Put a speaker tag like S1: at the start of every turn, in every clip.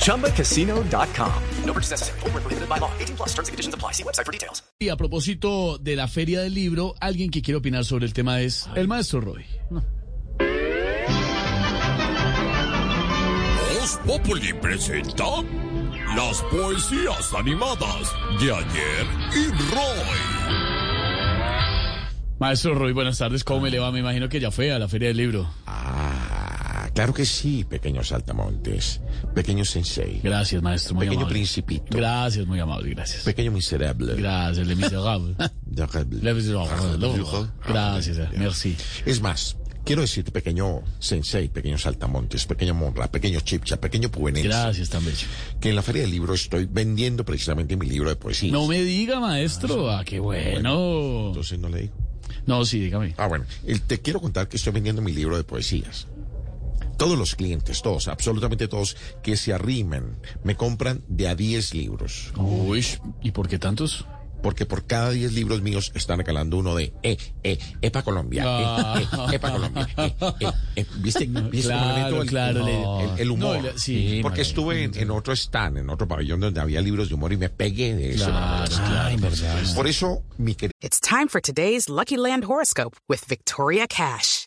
S1: ChumbaCasino.com. No purchase necessary. Void where prohibited by law. 18 plus terms and conditions apply. See website for details.
S2: Y a propósito de la feria del libro, alguien que quiere opinar sobre el tema es el maestro Roy.
S3: Voz Populi presenta las poesías animadas de ayer y Roy.
S2: Maestro Roy, buenas tardes. ¿Cómo me le va? Me imagino que ya fue a la feria del libro.
S3: Ah, claro que sí, pequeños saltamontes, pequeño sensei,
S2: Gracias, maestro. Muy
S3: pequeño
S2: amable.
S3: principito,
S2: Gracias, muy amable. Gracias.
S3: pequeño miserable.
S2: Gracias, le miserable.
S3: Adorable. Ah,
S2: Le miserable. Gracias, eh, merci.
S3: Es más, quiero decirte pequeño sensei, pequeño saltamontes, pequeño monra, pequeño chipcha, pequeño pubenense,
S2: Gracias, tan bello.
S3: que en la feria del libro estoy vendiendo precisamente mi libro de poesía.
S2: No me diga, maestro. Ah, qué bueno.
S3: Entonces no le digo.
S2: No, sí, dígame.
S3: Ah, bueno, el- te quiero contar que estoy vendiendo mi libro de poesías. Todos los clientes, todos, absolutamente todos, que se arrimen, me compran de a 10 libros.
S2: Uy, ¿y por qué tantos?
S3: Porque por cada 10 libros míos están regalando uno de eh, eh, Epa Colombia, eh, eh, Epa Colombia, eh, eh, eh. ¿Viste? ¿Viste cómo
S2: Ah. claro,
S3: le meto el,
S2: claro, le-
S3: el- el humor?
S2: No, le- sí,
S3: porque
S2: Manuel.
S3: estuve en, en otro stand, en otro pabellón donde había libros de humor y me pegué de eso. Ah.
S2: Claro, claro, por supuesto.
S3: Por eso, mi querido.
S4: It's time for today's Lucky Land horoscope with Victoria Cash.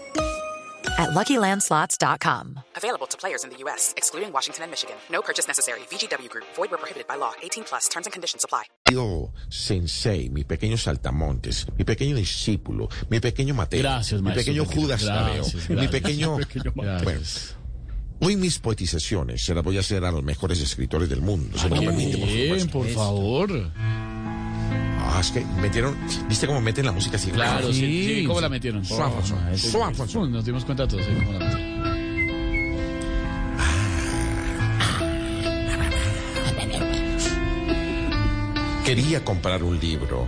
S5: at luckylandslots.com.
S4: Available to players in the U.S., excluding Washington and Michigan. No purchase necessary. VGW Group, void were prohibited by law. 18 plus terms and conditions apply.
S3: querido sensei, mi pequeño saltamontes, mi pequeño discípulo, mi pequeño Mateo,
S2: Gracias,
S3: mi
S2: maestro.
S3: pequeño
S2: tranquilo.
S3: Judas Tadeo,
S2: Gracias,
S3: mi
S2: gracias.
S3: pequeño...
S2: Gracias.
S3: Bueno, hoy mis poetizaciones se las voy a hacer a los mejores escritores del mundo, si me lo
S2: Qué
S3: permite, por
S2: bien,
S3: supuesto.
S2: por favor.
S3: Ah, es que metieron... ¿Viste cómo meten la música así?
S2: Claro, sí,
S3: Sí.
S2: sí, ¿cómo la metieron?
S3: Suave,
S2: Oh,
S3: suave,
S2: maestro.
S3: suave, suave.
S2: Bueno, Nos dimos cuenta todos. ¿eh? ¿Cómo la metieron?
S3: Quería comprar un libro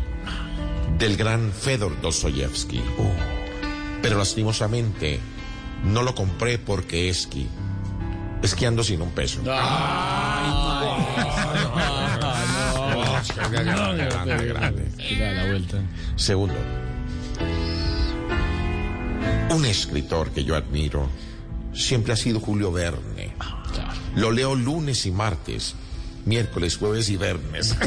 S3: del gran Fedor Dostoyevsky, pero lastimosamente no lo compré porque esqui, esquiando sin un peso. Grande, grande, grande.
S2: Y da la vuelta.
S3: Segundo, un escritor que yo admiro siempre ha sido Julio Verne.
S2: Claro.
S3: Lo leo lunes y martes, miércoles, jueves y viernes.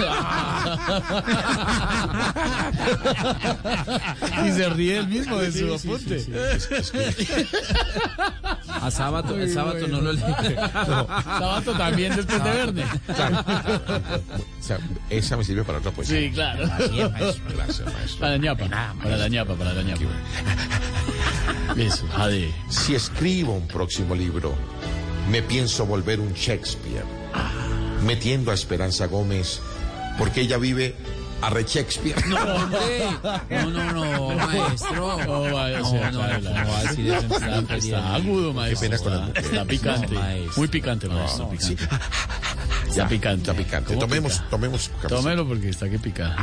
S2: Y se ríe él mismo de su apunte.
S6: A sábado, el sábado no lo leí.
S2: Sabato también después de Verne.
S3: Claro. O sea, esa me sirve para otra poesía.
S2: Sí, claro.
S3: Gracias, maestro.
S2: Para la ñapa. Para la ñapa, para la ñapa. Eso, jade.
S3: Si escribo un próximo libro, me pienso volver un Shakespeare.
S2: Ah.
S3: Metiendo a Esperanza Gómez, porque ella vive a re Shakespeare.
S6: No, no, no, maestro.
S2: No, vaya, o sea,
S6: no,
S2: claro,
S6: no,
S2: la-
S6: no, así de
S2: está,
S6: sensible.
S2: está agudo, maestro.
S3: pena con las
S2: Está,
S3: mujeres.
S2: está picante.
S6: No, maestro.
S2: Muy picante, maestro. picante.
S3: Sí.
S2: Está picante.
S3: Está picante.
S2: ¿Cómo
S3: Tomemos,
S2: pica?
S3: tomemos cafecito.
S2: Tómelo porque está que pica.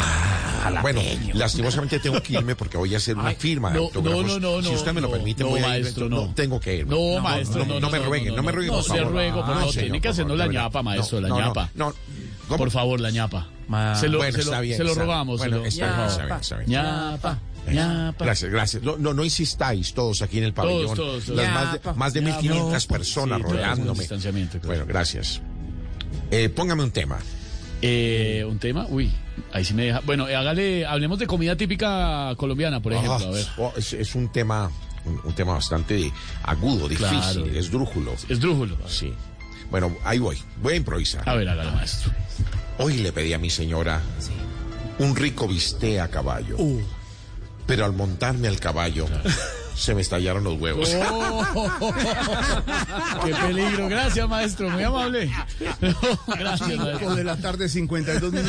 S3: Ah, Bueno, lastimosamente tengo que irme porque voy a hacer una firma de
S2: no,
S3: autógrafos.
S2: no, no, no,
S3: Si usted me lo
S2: no,
S3: permite,
S2: no,
S3: voy a irme.
S2: maestro,
S3: Yo
S2: no.
S3: Tengo que irme.
S2: No, maestro, no,
S3: me
S2: no,
S3: rueguen,
S2: no,
S3: no me
S2: no,
S3: rueguen,
S2: no,
S3: por
S2: se
S3: favor.
S2: ruego, por favor,
S3: señor,
S2: tiene que
S3: por
S2: hacernos
S3: favor,
S2: la
S3: de verdad.
S2: ñapa, maestro, la
S3: no,
S2: ñapa.
S3: No, no, ¿cómo?
S2: Por favor, la ñapa.
S6: Ma-
S2: Se lo,
S3: bueno,
S2: se
S3: está
S2: lo-
S3: bien,
S2: se lo
S3: está bien.
S2: robamos. se
S3: Bueno,
S2: lo-
S3: está bien, está bien, está bien.
S2: ñapa, ñapa.
S3: Gracias, gracias. No, no, no insistáis todos aquí en el pabellón.
S2: todos, todos.
S3: Las
S2: Ya,
S3: más, de,
S2: pa-
S3: más de
S2: ya,
S3: 1500
S2: pa-
S3: personas
S2: sí, todos con
S3: rodeándome.
S2: distanciamiento, claro.
S3: Bueno, gracias. Eh, póngame un tema.
S2: Eh, un tema, uy, ahí sí me deja. Bueno, eh, hágale, hablemos de comida típica colombiana, por ejemplo.
S3: Ah,
S2: a ver.
S3: oh, es, es un tema un, un tema bastante agudo, difícil,
S2: Claro.
S3: esdrújulo.
S2: Esdrújulo.
S3: Sí. Bueno, ahí voy. Voy a improvisar.
S2: A ver, hágalo, maestro.
S3: Hoy le pedí a mi señora
S2: Uh.
S3: un rico bistec a caballo. Pero al montarme al caballo, se me estallaron los huevos.
S2: Oh. Qué peligro. Gracias, maestro. Muy amable. Gracias, maestro.
S7: de la tarde, 52 minutos.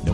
S1: No